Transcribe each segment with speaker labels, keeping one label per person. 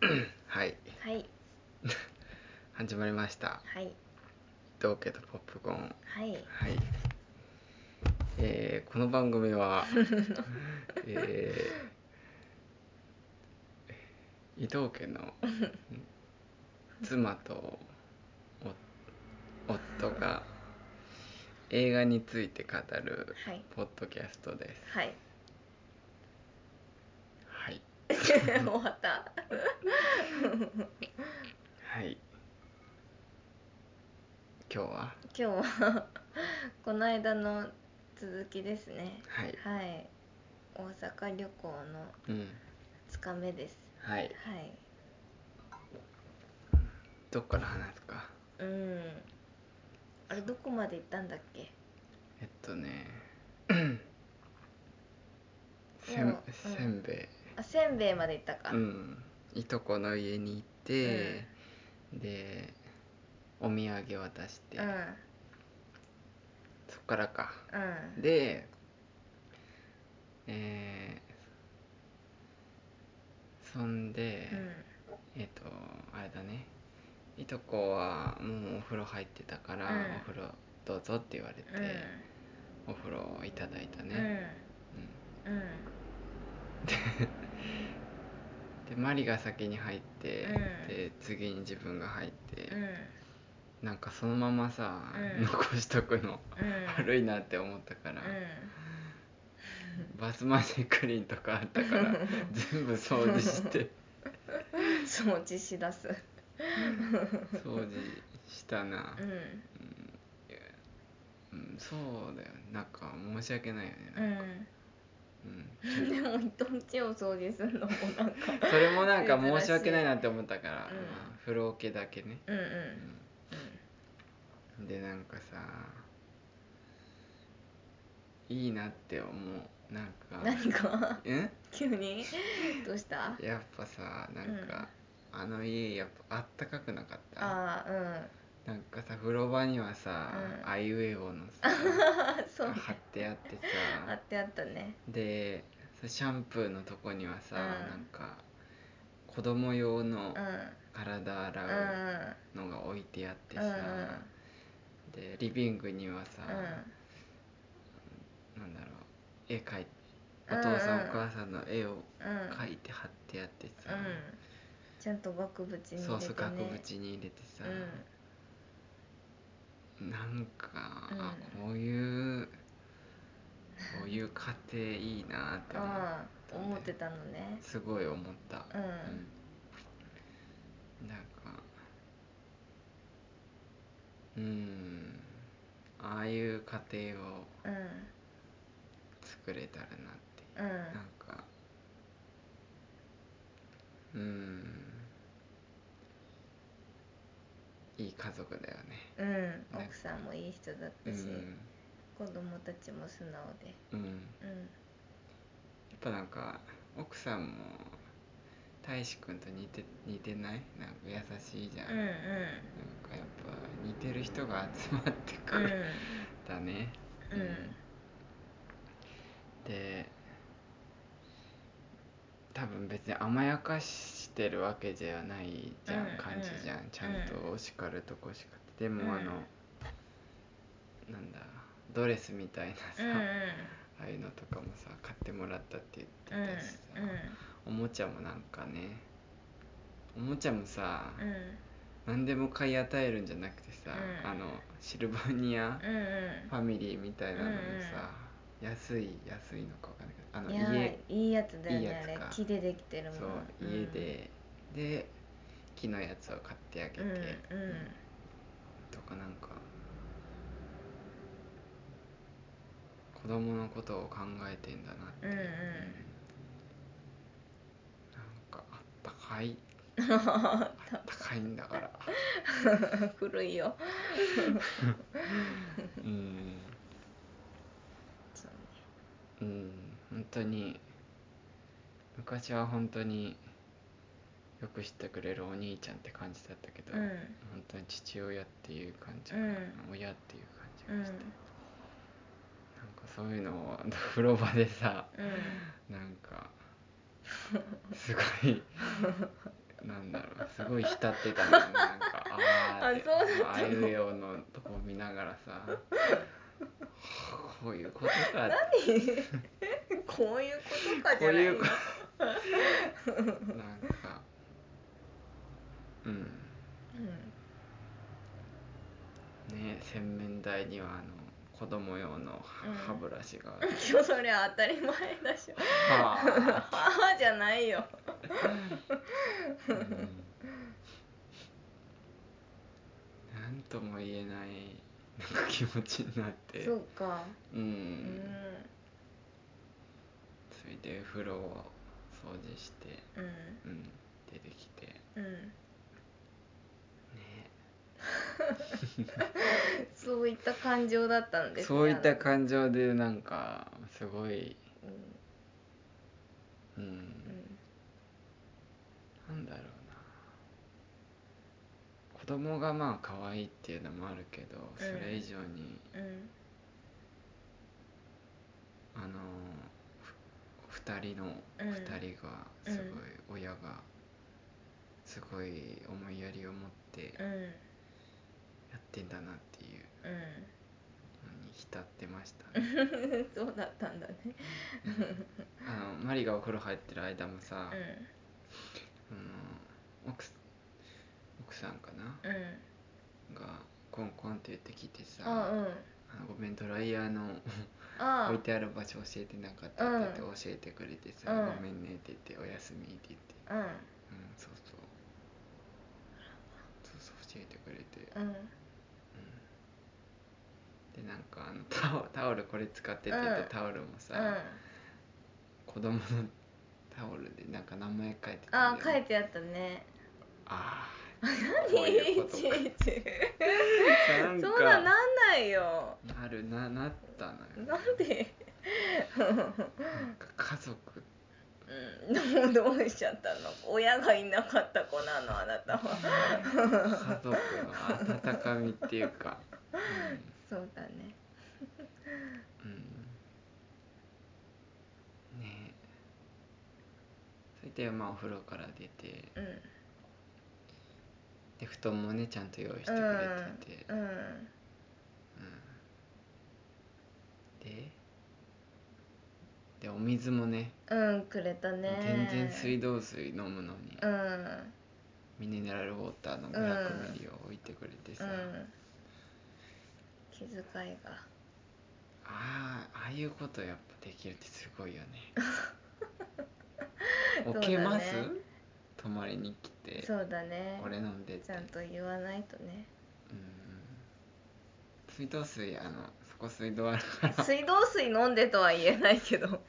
Speaker 1: はい
Speaker 2: はい
Speaker 1: 始まりました
Speaker 2: はい
Speaker 1: 「どうけどポップコーン
Speaker 2: はい」
Speaker 1: はいえー、この番組 はえー、伊藤家の妻とお夫が映画について語る
Speaker 2: はい
Speaker 1: ポッドキャストです
Speaker 2: はい
Speaker 1: はい
Speaker 2: 終わった
Speaker 1: はい今日は
Speaker 2: 今日はこの間の続きですね
Speaker 1: はい
Speaker 2: はい大阪旅行の
Speaker 1: うん
Speaker 2: 2日目です
Speaker 1: はい
Speaker 2: はい
Speaker 1: どっから話すか
Speaker 2: うんあれどこまで行ったんだっけ
Speaker 1: えっとね
Speaker 2: もう
Speaker 1: せん
Speaker 2: うん
Speaker 1: せんべい、
Speaker 2: あせんべいまで行ったか、
Speaker 1: うん、いとこの家に行って、でお土産渡して、
Speaker 2: うん
Speaker 1: そっからか
Speaker 2: うん
Speaker 1: でえーそんで、
Speaker 2: う
Speaker 1: えっ、とあれだねいとこはもうお風呂入ってたから、
Speaker 2: うん
Speaker 1: お風呂どうぞって言われて、
Speaker 2: ん
Speaker 1: お風呂をいただいた
Speaker 2: うん
Speaker 1: ね、うん
Speaker 2: うんうん
Speaker 1: でマリが先に入って、
Speaker 2: うん
Speaker 1: で次に自分が入って、
Speaker 2: うん
Speaker 1: なんかそのままさ、
Speaker 2: うん
Speaker 1: 残しとくの
Speaker 2: うん
Speaker 1: 悪いなって思ったから、バスマジックリンとかあったから 全部掃除して
Speaker 2: うん掃除しだす
Speaker 1: 掃除したな
Speaker 2: う、ん
Speaker 1: うん、そうだよなんか申し訳ないよね、
Speaker 2: うん
Speaker 1: うん
Speaker 2: でも人んちを掃除するのもなんか
Speaker 1: それもなん か申し訳ないなって思ったから、
Speaker 2: 珍しいうん
Speaker 1: まあ風呂桶だけね、
Speaker 2: うんうん
Speaker 1: うん、でなんかさいいなって思うなん
Speaker 2: うん
Speaker 1: か
Speaker 2: 何か
Speaker 1: うん
Speaker 2: 急にどうした
Speaker 1: やっぱさなんか、あの家やっぱあったかくなかった
Speaker 2: ああうん
Speaker 1: なんかさ風呂場にはさ、
Speaker 2: うん
Speaker 1: あいうえおのさ
Speaker 2: あ そう
Speaker 1: が貼ってあって
Speaker 2: あ
Speaker 1: さ
Speaker 2: ってあったね
Speaker 1: でさシャンプーのとこにはさ、
Speaker 2: うん
Speaker 1: なんか子供用の
Speaker 2: うん
Speaker 1: 体
Speaker 2: う
Speaker 1: 洗うんうのが置いてあって
Speaker 2: う
Speaker 1: さ、
Speaker 2: ん
Speaker 1: でリビングにはさ、
Speaker 2: う
Speaker 1: なんだろう絵描いてお
Speaker 2: うん
Speaker 1: 父さん、
Speaker 2: うん
Speaker 1: お母さんの絵を
Speaker 2: んうん
Speaker 1: 描いて貼ってあってさ、
Speaker 2: うんちゃんと額縁に入れてね
Speaker 1: そうそう額縁に入れてさ、なんか、あ
Speaker 2: う
Speaker 1: こういうこういう家庭いいなって
Speaker 2: うん
Speaker 1: 思う
Speaker 2: ああ思ってたのね
Speaker 1: すごい思った、
Speaker 2: うん
Speaker 1: うんなんかうんああいう家庭を
Speaker 2: うん
Speaker 1: 作れたらなって
Speaker 2: うん
Speaker 1: なんかうんいい家族だよね
Speaker 2: うん奥さんもいい人だっ
Speaker 1: う
Speaker 2: たし
Speaker 1: ん、
Speaker 2: 子供たちも素直で
Speaker 1: うん、
Speaker 2: うん
Speaker 1: やっぱなんか奥さんも大志くんと似て似てないなんか優しいじゃん、
Speaker 2: うん
Speaker 1: なん
Speaker 2: う
Speaker 1: かやっぱ似てる人が集まってく
Speaker 2: んう
Speaker 1: る、
Speaker 2: ん
Speaker 1: だね
Speaker 2: うん
Speaker 1: で多分別に甘やかしてるわけじゃないじゃん、
Speaker 2: うん
Speaker 1: 感じじゃん、ちゃんと叱るとこしかってでも、
Speaker 2: うん
Speaker 1: あのなんだドレスみたいなさ、
Speaker 2: うんう
Speaker 1: あ
Speaker 2: ん
Speaker 1: あいうのとかもさ買ってもらったって
Speaker 2: う
Speaker 1: 言
Speaker 2: ん
Speaker 1: ってたしさ、おもちゃもなんかねおもちゃもさ、
Speaker 2: うんうん
Speaker 1: 何でも買い与えるんじゃなくてさ、
Speaker 2: うん
Speaker 1: あのシルバニア
Speaker 2: うん
Speaker 1: ファミリーみたいなのもさ、安い安いのかわかんないけどあ
Speaker 2: う
Speaker 1: の
Speaker 2: んいやー
Speaker 1: 家
Speaker 2: いいやつだよ
Speaker 1: いい
Speaker 2: ね
Speaker 1: やつ
Speaker 2: あ
Speaker 1: か
Speaker 2: れ木でできてるもん
Speaker 1: そう家で、で木のやつを買ってあげて、
Speaker 2: うんうん
Speaker 1: とかなんか子供のことを考えてんだなって、
Speaker 2: うんうん
Speaker 1: なんかあったか いあったかいんだから
Speaker 2: 古いよ
Speaker 1: うん
Speaker 2: そう
Speaker 1: うん本当に昔は本当によく知ってくれるお兄ちゃんって感じだったけど、
Speaker 2: うん
Speaker 1: 本当に父親っていう感じが、
Speaker 2: うん
Speaker 1: 親っていう感じ
Speaker 2: う
Speaker 1: が
Speaker 2: ん
Speaker 1: して、なんかそういうのを風呂場でさ
Speaker 2: うん
Speaker 1: なんかすごいなんだろうすごい浸ってたのなんかあーって
Speaker 2: あそうだ
Speaker 1: あ
Speaker 2: ったの
Speaker 1: いうようのとこ見ながらさこういうことかって
Speaker 2: こういうことか
Speaker 1: こ
Speaker 2: じ
Speaker 1: う
Speaker 2: ゃ
Speaker 1: い
Speaker 2: ないよ
Speaker 1: うことなんかうん
Speaker 2: う
Speaker 1: ね洗面台にはあの子供用の
Speaker 2: うん
Speaker 1: 歯ブラシが、
Speaker 2: ん、今日そりゃ当たり前だし
Speaker 1: はあ
Speaker 2: 母じゃないよ
Speaker 1: うんなんとも言えないなんか気持ちになって
Speaker 2: そうか
Speaker 1: うん、
Speaker 2: うん
Speaker 1: それで風呂を掃除して、
Speaker 2: うん
Speaker 1: うん、出てきてね
Speaker 2: うんそういった感情だったんですね
Speaker 1: そういった感情でなんかすごい、
Speaker 2: うん
Speaker 1: うん
Speaker 2: うん
Speaker 1: なんだろうな子供がまあ可愛いっていうのもあるけどそ
Speaker 2: うん
Speaker 1: れ以上に、
Speaker 2: うん
Speaker 1: あのふ2人の
Speaker 2: うん
Speaker 1: 2人がすごい親がすごい思いやりを持って
Speaker 2: うんうん
Speaker 1: やってんだなっていうのに浸ってましたね。
Speaker 2: うんそうだったんだね
Speaker 1: あのマリがお風呂入ってる間もさ、
Speaker 2: う
Speaker 1: あの奥す奥さんかなん
Speaker 2: うん
Speaker 1: がコンコンって言ってきてさ「
Speaker 2: あうん
Speaker 1: あのごめんドライヤーの
Speaker 2: あ
Speaker 1: 置いてある場所教えてなかった」って言
Speaker 2: う
Speaker 1: って教えてくれてさ
Speaker 2: う
Speaker 1: 「
Speaker 2: ん
Speaker 1: ごめんね」って言って「おやすみ」って言って
Speaker 2: うん
Speaker 1: うんそうそうそうそう教えてくれて、
Speaker 2: うん
Speaker 1: うん、でなんかあのタオタオルこれ使ってって言った
Speaker 2: うん
Speaker 1: タオルもさ、
Speaker 2: う
Speaker 1: 子供のタオルでなんか名前書いて
Speaker 2: んあ
Speaker 1: たん
Speaker 2: あ
Speaker 1: だ
Speaker 2: 書
Speaker 1: よ
Speaker 2: い
Speaker 1: ね
Speaker 2: てあったね
Speaker 1: あ
Speaker 2: 何
Speaker 1: ーこういうことか
Speaker 2: いちいち
Speaker 1: なん
Speaker 2: そんな
Speaker 1: か
Speaker 2: なんないよ
Speaker 1: なるななったのよ
Speaker 2: なんで
Speaker 1: なんか家族
Speaker 2: うんどうどうしちゃったの親がいなかった子なのあなたは
Speaker 1: 家族の温かみっていうか、
Speaker 2: そうだね
Speaker 1: うんうん、ねえそれでまあお風呂から出て
Speaker 2: うん
Speaker 1: で布団もねちゃんと用意してくれてて、
Speaker 2: うん
Speaker 1: うんででお水もね
Speaker 2: うん、うん、くれたね
Speaker 1: 全然水道水飲むのに、
Speaker 2: うん
Speaker 1: ミネラルウォーターの500ミリを置いてくれて
Speaker 2: う
Speaker 1: さ、
Speaker 2: ん気遣いが
Speaker 1: ああああいうことやっぱできるってすごい よね
Speaker 2: そう
Speaker 1: 置
Speaker 2: だね
Speaker 1: けます、泊まりに来て
Speaker 2: そうだね
Speaker 1: これ飲んでって
Speaker 2: ちゃんと言わないとね
Speaker 1: うん水道水あのそこ水道あるから
Speaker 2: 水道水飲んでとは言えない けど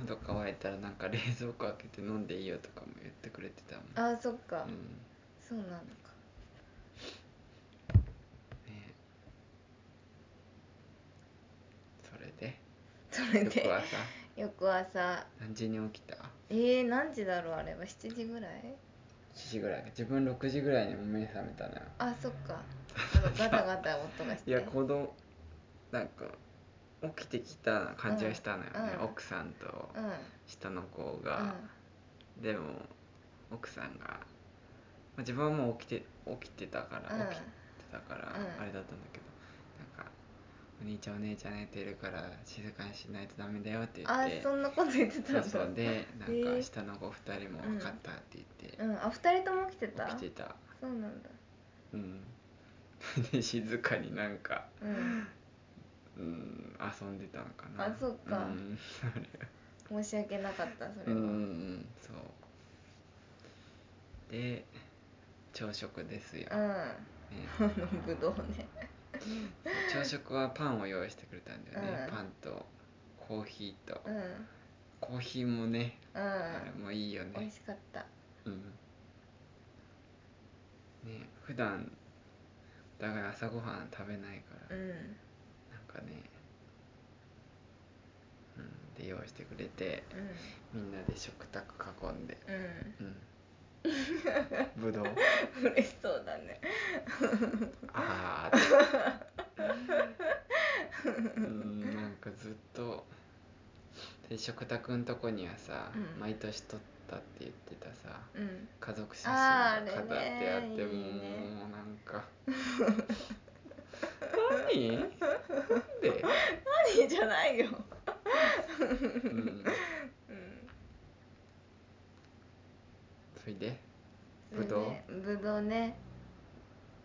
Speaker 1: 喉乾いたらなんか冷蔵庫開けて飲んでいいよとかも言ってくれてたもん
Speaker 2: あーそっか、
Speaker 1: うん
Speaker 2: そうなのか
Speaker 1: ねそれで
Speaker 2: それ
Speaker 1: 翌
Speaker 2: で
Speaker 1: 朝
Speaker 2: 翌朝
Speaker 1: 何時に起きた
Speaker 2: えー、何時だろうあれは7時ぐらい
Speaker 1: ?7 時ぐらい自分6時ぐらいにもう目覚めたのよ
Speaker 2: あそっ かあのガタガタ音がし
Speaker 1: い
Speaker 2: て
Speaker 1: やこのなんか起きてきた感じはしたのよね、
Speaker 2: うん
Speaker 1: 奥さんと
Speaker 2: うんうん
Speaker 1: 下の子が、でも奥さんが、まあ、自分はもう起きて起きてたから、
Speaker 2: うん
Speaker 1: 起きてたから、
Speaker 2: うん
Speaker 1: あれだったんだけどなんか「お兄ちゃんお姉ちゃん寝てるから静かにしないとダメだよ」って言
Speaker 2: あ
Speaker 1: って
Speaker 2: そんなこと言ってたん
Speaker 1: そ
Speaker 2: だ
Speaker 1: うそうでな
Speaker 2: へ
Speaker 1: んか
Speaker 2: え
Speaker 1: 下の子2人も「分かった」って言って、
Speaker 2: うんあ二人とも来てた
Speaker 1: 起きてた
Speaker 2: そうなんだ
Speaker 1: うん で静かになんか
Speaker 2: うん
Speaker 1: うん遊んでたのかな
Speaker 2: あそっか
Speaker 1: うん
Speaker 2: 申し訳なかったそれ
Speaker 1: う
Speaker 2: は、
Speaker 1: んうんそうで朝食ですよ、ね、
Speaker 2: うんぶどうね
Speaker 1: 朝食はパンを用意してくれたんだよね、
Speaker 2: うん
Speaker 1: パンとコーヒーと、
Speaker 2: うん
Speaker 1: コーヒーもね、
Speaker 2: うん、
Speaker 1: あれもいいよ
Speaker 2: 美味
Speaker 1: ね
Speaker 2: しかった
Speaker 1: うんね普段お互い朝ごはん食べないか
Speaker 2: う
Speaker 1: ら、
Speaker 2: ん
Speaker 1: なんかねうんで用意してくれて
Speaker 2: うん
Speaker 1: みんなで食卓囲んで
Speaker 2: うん
Speaker 1: うんぶどう
Speaker 2: 嬉しそうだね
Speaker 1: ああってうんなんかずっとで食卓のとこにはさ、
Speaker 2: うん
Speaker 1: 毎年撮ったって言ってたさ
Speaker 2: うん
Speaker 1: 家族写真
Speaker 2: あー
Speaker 1: が飾ってあって
Speaker 2: あれね
Speaker 1: もう
Speaker 2: いいね
Speaker 1: なんか何なんで、
Speaker 2: 何じゃないよ
Speaker 1: うん、
Speaker 2: うん
Speaker 1: それで
Speaker 2: それ
Speaker 1: ぶどう
Speaker 2: ねぶどうね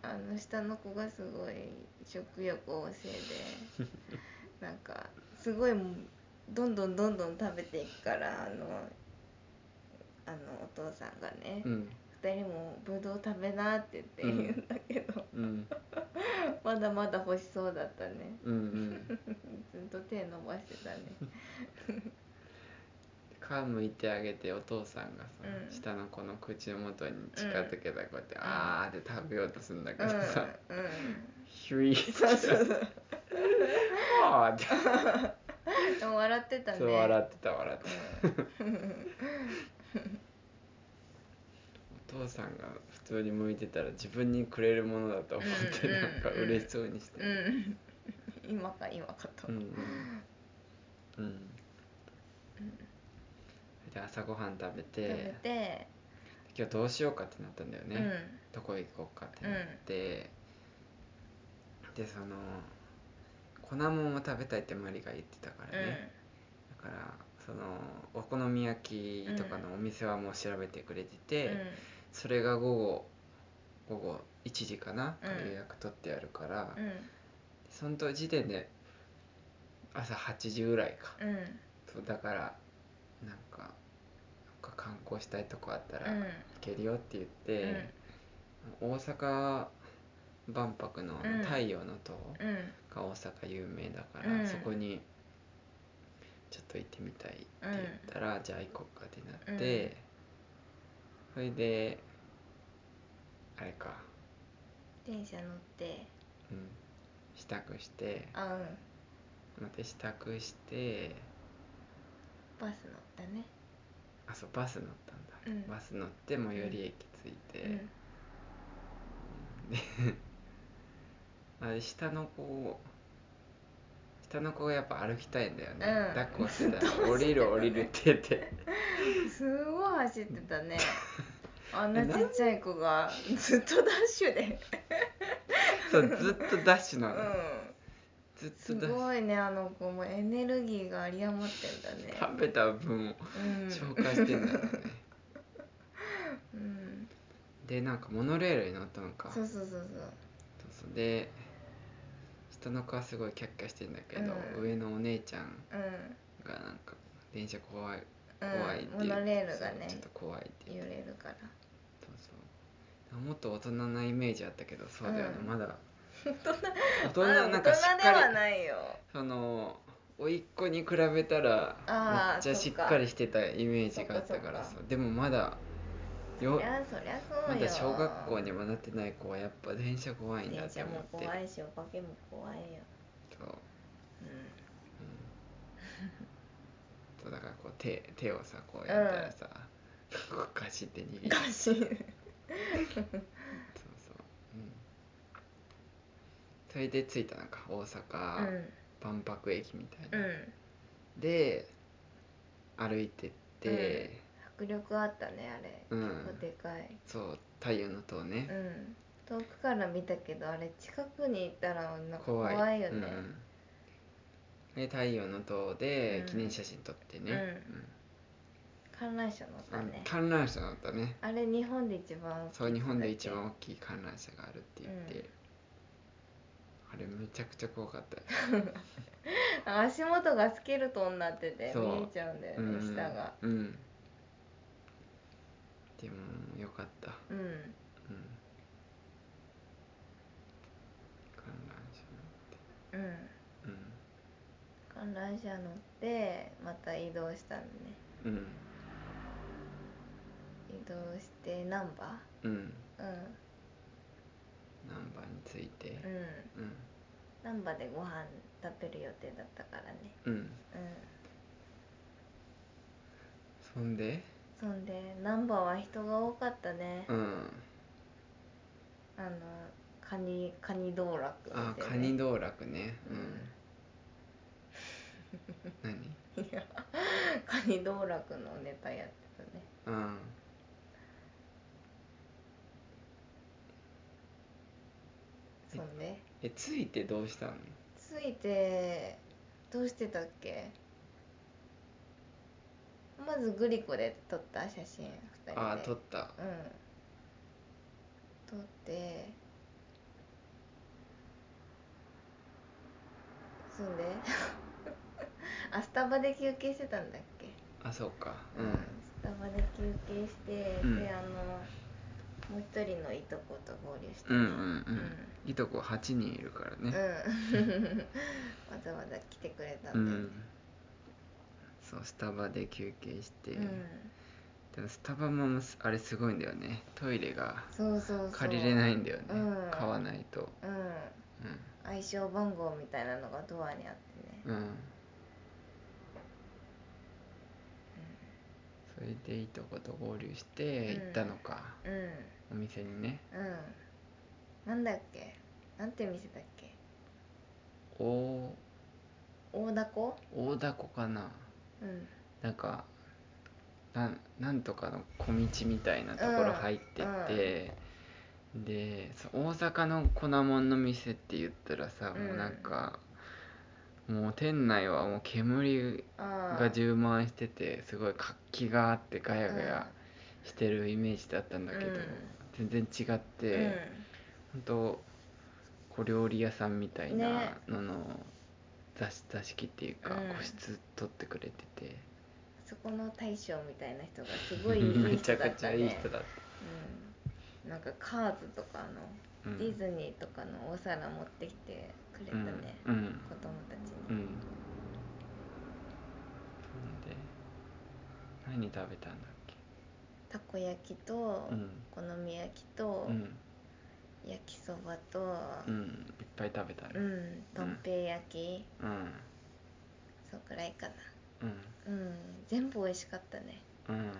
Speaker 2: あの下の子がすごい食欲旺盛でなんかすごいもうどんどんどんどん食べていくからあのあのお父さんがね、
Speaker 1: うん
Speaker 2: 二人もぶどう食べなって言って言うんだけど、
Speaker 1: うん
Speaker 2: まだまだ欲しそうだったね
Speaker 1: うんうん
Speaker 2: ずっと手伸ばしてたね
Speaker 1: 皮むいてあげてお父さんがさ、
Speaker 2: うん
Speaker 1: 下の子の口の元に近づけたらこうやって、あーって食べようとするんだけどさ、
Speaker 2: うんうん
Speaker 1: ヒュイッあーって
Speaker 2: でも笑ってたね。
Speaker 1: そう笑ってた笑ってたお父さんが普通に向いてたら自分にくれるものだと思って
Speaker 2: うんうん
Speaker 1: なんか嬉しそうにしてる
Speaker 2: うん。今か今かと。
Speaker 1: うんうんうんで朝ごはん食べ
Speaker 2: 食
Speaker 1: て
Speaker 2: べて、
Speaker 1: 今日どうしようかってなったんだよ
Speaker 2: う
Speaker 1: ね、
Speaker 2: ん
Speaker 1: どこ行こうかってなって、でその粉もんを食べたいってマリが言ってたからね、だからそのお好み焼きとかのお店はもう調べてくれて
Speaker 2: う
Speaker 1: て、
Speaker 2: ん
Speaker 1: それが午後午後1時かな、
Speaker 2: うん
Speaker 1: 予約取ってあるから、
Speaker 2: うん
Speaker 1: その時点で朝8時ぐらいか、
Speaker 2: うん
Speaker 1: そうだからなんかなんか観光したいとこあったら
Speaker 2: うん
Speaker 1: 行けるよって言って、大阪万博の
Speaker 2: うん
Speaker 1: 太陽の塔
Speaker 2: うん
Speaker 1: が大阪有名だから、
Speaker 2: うん
Speaker 1: そこにちょっと行ってみたいって言ったら、じゃあ行こうかってなって、それであれか、
Speaker 2: 電車乗って、
Speaker 1: うん、支度して
Speaker 2: あうん
Speaker 1: また支度して
Speaker 2: バス乗ったね。
Speaker 1: あそうバス乗ったんだ、
Speaker 2: うん
Speaker 1: バス乗って最寄り駅着いて、あれ下の子下の子がやっぱ歩きたいんだよね、
Speaker 2: うん
Speaker 1: 抱っこして たら「降りる降りる」って言って
Speaker 2: うん。すごい走って たね。あんなちっちゃい子がずっとダッシュで、
Speaker 1: そうずっとダッシュ
Speaker 2: う
Speaker 1: なの、
Speaker 2: ん。
Speaker 1: ずっと
Speaker 2: す
Speaker 1: ダッ
Speaker 2: ごいねあの子もエネルギーが有り余ってんだ
Speaker 1: シ
Speaker 2: ね
Speaker 1: ュ。食べた分を
Speaker 2: うん。
Speaker 1: 消化してんだろうね、
Speaker 2: うん。
Speaker 1: でなんかモノレールに乗ったのか
Speaker 2: そうそうそうそう。
Speaker 1: そうそうで下の子はすごいキャッキャしてんだけど、
Speaker 2: うん
Speaker 1: 上のお姉ちゃん
Speaker 2: うん。
Speaker 1: がなんか電車怖い
Speaker 2: うん
Speaker 1: 怖いって
Speaker 2: モ
Speaker 1: 言って
Speaker 2: ノレールがね
Speaker 1: そうちょっと怖いって
Speaker 2: 揺
Speaker 1: 言って
Speaker 2: れるから
Speaker 1: そうそうもっと大人なイメージあったけどそうだよね、
Speaker 2: うん
Speaker 1: まだ大人
Speaker 2: あ
Speaker 1: 大人なんかしっ
Speaker 2: 大人で
Speaker 1: か
Speaker 2: は
Speaker 1: り
Speaker 2: ないよ
Speaker 1: その甥っ子に比べたら
Speaker 2: あー
Speaker 1: めっちゃしっかりしてたイメージがあったから
Speaker 2: そっか
Speaker 1: さ
Speaker 2: そ
Speaker 1: でもまだよ
Speaker 2: いやそりゃそうよ
Speaker 1: まだ小学校にもなってない子はやっぱ電車怖いんだっ
Speaker 2: 電
Speaker 1: て
Speaker 2: 車
Speaker 1: 思
Speaker 2: も
Speaker 1: って
Speaker 2: 怖いしお化けも怖いよ
Speaker 1: そう
Speaker 2: う
Speaker 1: うんそうだからこう手手をさこうやったらさ、こうガシって握
Speaker 2: ん
Speaker 1: る
Speaker 2: だし
Speaker 1: そうそう、うん、それで着いたのか大
Speaker 2: う
Speaker 1: 阪
Speaker 2: ん
Speaker 1: 万博駅みたい
Speaker 2: う
Speaker 1: な、
Speaker 2: ん
Speaker 1: で歩いてって、
Speaker 2: 迫力あったねあれ
Speaker 1: うん
Speaker 2: 結構でかい
Speaker 1: そう太陽の塔ね
Speaker 2: う、ん遠くから見たけどあれ近くに行ったらなんか怖
Speaker 1: 怖い
Speaker 2: いよね
Speaker 1: うん、で太陽の塔で
Speaker 2: うん
Speaker 1: 記念写真撮ってね、
Speaker 2: うん観覧車乗
Speaker 1: う
Speaker 2: っ
Speaker 1: ん
Speaker 2: た
Speaker 1: あの
Speaker 2: ね
Speaker 1: 観覧車だったね
Speaker 2: あれ日本で一番
Speaker 1: そう日本で一番大きい観覧車があるって言って、あれめちゃくちゃ怖かったよ
Speaker 2: あ足元がスケルトンになってて
Speaker 1: そう
Speaker 2: 見えちゃうんだよね下が
Speaker 1: うんうんでもよかった
Speaker 2: うん
Speaker 1: うん観覧車
Speaker 2: うん
Speaker 1: う
Speaker 2: 観覧車乗ってまた移動したのね
Speaker 1: んうん
Speaker 2: 移動して難波
Speaker 1: うん
Speaker 2: う
Speaker 1: 難波について
Speaker 2: んうん
Speaker 1: うん
Speaker 2: 難波でご飯食べる予定だったからね
Speaker 1: うん
Speaker 2: うん
Speaker 1: そんで
Speaker 2: そんで難波は人が多かったね、
Speaker 1: うん
Speaker 2: あのカニカニ道楽みたいな
Speaker 1: あカニ道楽ねうん何
Speaker 2: いや カニ道楽のネタやってたね
Speaker 1: うん
Speaker 2: そうね
Speaker 1: えついてどうしたの
Speaker 2: ついてどうしてたっけまずグリコで撮った写真2人で
Speaker 1: ああ撮った
Speaker 2: うん撮ってそんで あスタバで休憩してたんだっけ
Speaker 1: あそうかう
Speaker 2: うん
Speaker 1: ん
Speaker 2: スタバで休憩して、
Speaker 1: うん
Speaker 2: であのもう一人のいとこと合流して
Speaker 1: う
Speaker 2: た
Speaker 1: んうんうんいとこ8人いるから
Speaker 2: うん、
Speaker 1: ね
Speaker 2: うん わざわざ来てくれたん
Speaker 1: う
Speaker 2: だ
Speaker 1: ん、
Speaker 2: よね
Speaker 1: そうスタバで休憩して、
Speaker 2: うん
Speaker 1: でもスタバもすあれすごいんだよねトイレが
Speaker 2: そうそうそう
Speaker 1: 借りれないんだよね、
Speaker 2: うん
Speaker 1: 買わないと
Speaker 2: うん相性番号みたいなのがドアにあってね
Speaker 1: うんうんそれでいとこと合流して
Speaker 2: うん
Speaker 1: 行ったのか、
Speaker 2: う
Speaker 1: お店にね
Speaker 2: んうんなんだっけなんて店だっけ
Speaker 1: 大
Speaker 2: 大凧
Speaker 1: 大凧かな
Speaker 2: うん
Speaker 1: なんかなんなんとかの小道みたいなところ入ってって、でそう大阪の粉もんの店って言ったらさ、もうなんかもう店内はもう煙
Speaker 2: ああ
Speaker 1: が充満しててすごい活気があってガヤガヤしてるイメージだったんだけど、全然違って、ほんと小料理屋さんみたい
Speaker 2: ね
Speaker 1: なのの座し座敷っていうか、
Speaker 2: うん
Speaker 1: 個室取ってくれてて。
Speaker 2: そこの大将みたいな人がすごいいい人だった、ね、
Speaker 1: めちゃくちゃいい人だっ
Speaker 2: うん、なんかカーズとか
Speaker 1: た、う
Speaker 2: の
Speaker 1: ん
Speaker 2: ディズニーとかのお皿持ってきてくれたね、
Speaker 1: うんうん
Speaker 2: 子供たち
Speaker 1: う
Speaker 2: に、
Speaker 1: んそんで何食べたんだっけ
Speaker 2: たこ焼きと、
Speaker 1: うん
Speaker 2: お好み焼きと、
Speaker 1: うん
Speaker 2: 焼きそばと、
Speaker 1: うんいっぱい食べたね
Speaker 2: うん、とんぺい焼き、
Speaker 1: うん
Speaker 2: そうくらいかな。
Speaker 1: うん
Speaker 2: うん、全部美味しかったね。
Speaker 1: うんね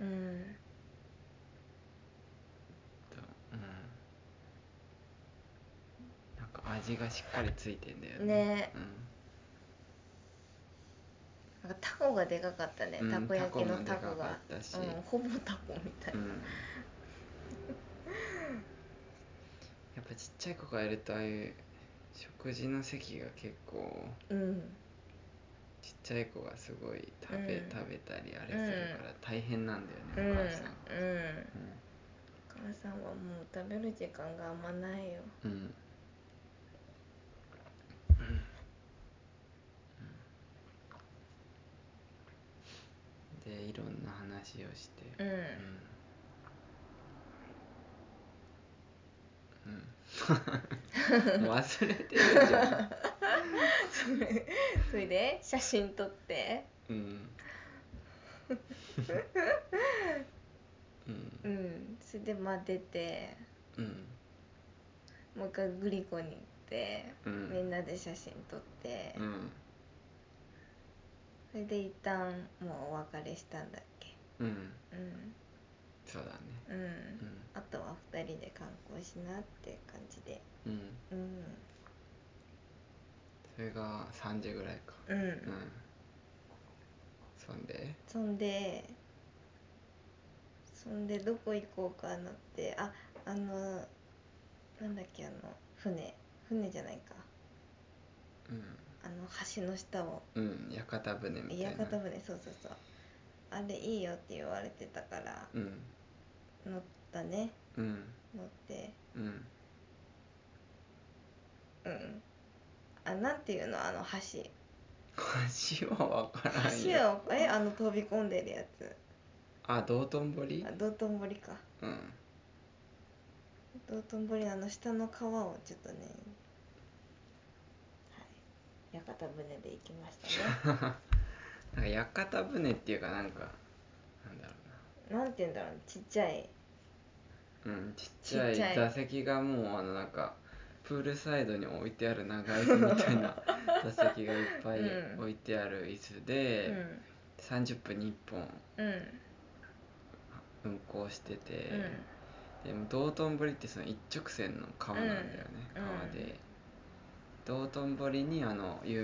Speaker 2: うん、うん、
Speaker 1: とうんなんか味がしっかりついてんだよね
Speaker 2: ねなんかタコがでかかったね
Speaker 1: う。ん
Speaker 2: たこ焼きのタ
Speaker 1: タコもでかか
Speaker 2: コが
Speaker 1: っ、たし
Speaker 2: うん、ほぼタコみたい
Speaker 1: うん、うん、やっぱちっちゃい子がいるとああいう食事の席が結構
Speaker 2: うん、
Speaker 1: ちっちゃい子がすごい食べ,、
Speaker 2: うん
Speaker 1: 食べたりあれするから大変なんだ
Speaker 2: う
Speaker 1: よ
Speaker 2: ん、うん
Speaker 1: ね、お母さん、。
Speaker 2: お母さんはもう食べる時間があんまないよ。
Speaker 1: うんうんでいろんな話をして
Speaker 2: う、
Speaker 1: う
Speaker 2: ん、
Speaker 1: んうん忘れてるじゃん、
Speaker 2: それで写真撮って、
Speaker 1: うん、うん
Speaker 2: うん、それでまあ出て、
Speaker 1: うん
Speaker 2: もう一回グリコに行って、
Speaker 1: うん
Speaker 2: みんなで写真撮って、
Speaker 1: うん
Speaker 2: それで一旦もうお別れしたんだっけ
Speaker 1: うん
Speaker 2: うん
Speaker 1: そうだね
Speaker 2: うん、
Speaker 1: うん
Speaker 2: あとは二人で観光しなって感じで
Speaker 1: うん
Speaker 2: うん
Speaker 1: それが3時ぐらいか
Speaker 2: うん、
Speaker 1: うんそんで
Speaker 2: そんでそんでどこ行こうかなってああのなんだっけあの船船じゃないか
Speaker 1: う
Speaker 2: あの橋の下を
Speaker 1: ん、うん、屋形船みたいな
Speaker 2: 屋形船そうそうそうあれいいよって言われてたから
Speaker 1: うん
Speaker 2: 乗ったね
Speaker 1: うん
Speaker 2: 乗って
Speaker 1: うん
Speaker 2: うんあなんていうのあの橋
Speaker 1: 橋は分からん
Speaker 2: 橋
Speaker 1: よ
Speaker 2: をえあの飛び込んでるやつ
Speaker 1: あ道頓堀
Speaker 2: あ道頓堀か
Speaker 1: うん
Speaker 2: 道頓堀のあの下の川をちょっとねはい屋形船で行き ましたね
Speaker 1: なんか屋形船っていうかなんかなんだろ
Speaker 2: なんて言うんだろうちっちゃいう
Speaker 1: なうんちっちゃ
Speaker 2: ちっ
Speaker 1: い
Speaker 2: ちゃい
Speaker 1: 座席がもうあのなんかプールサイドに置いてある長い椅子みたいな座席がいっぱい
Speaker 2: うん
Speaker 1: 置いてある椅子
Speaker 2: う
Speaker 1: で、
Speaker 2: ん
Speaker 1: 30分に1本
Speaker 2: うん
Speaker 1: 運行してて、
Speaker 2: うん
Speaker 1: でも道頓堀ってその一直線の川なんだよね、
Speaker 2: うん
Speaker 1: 川で道頓堀にあの有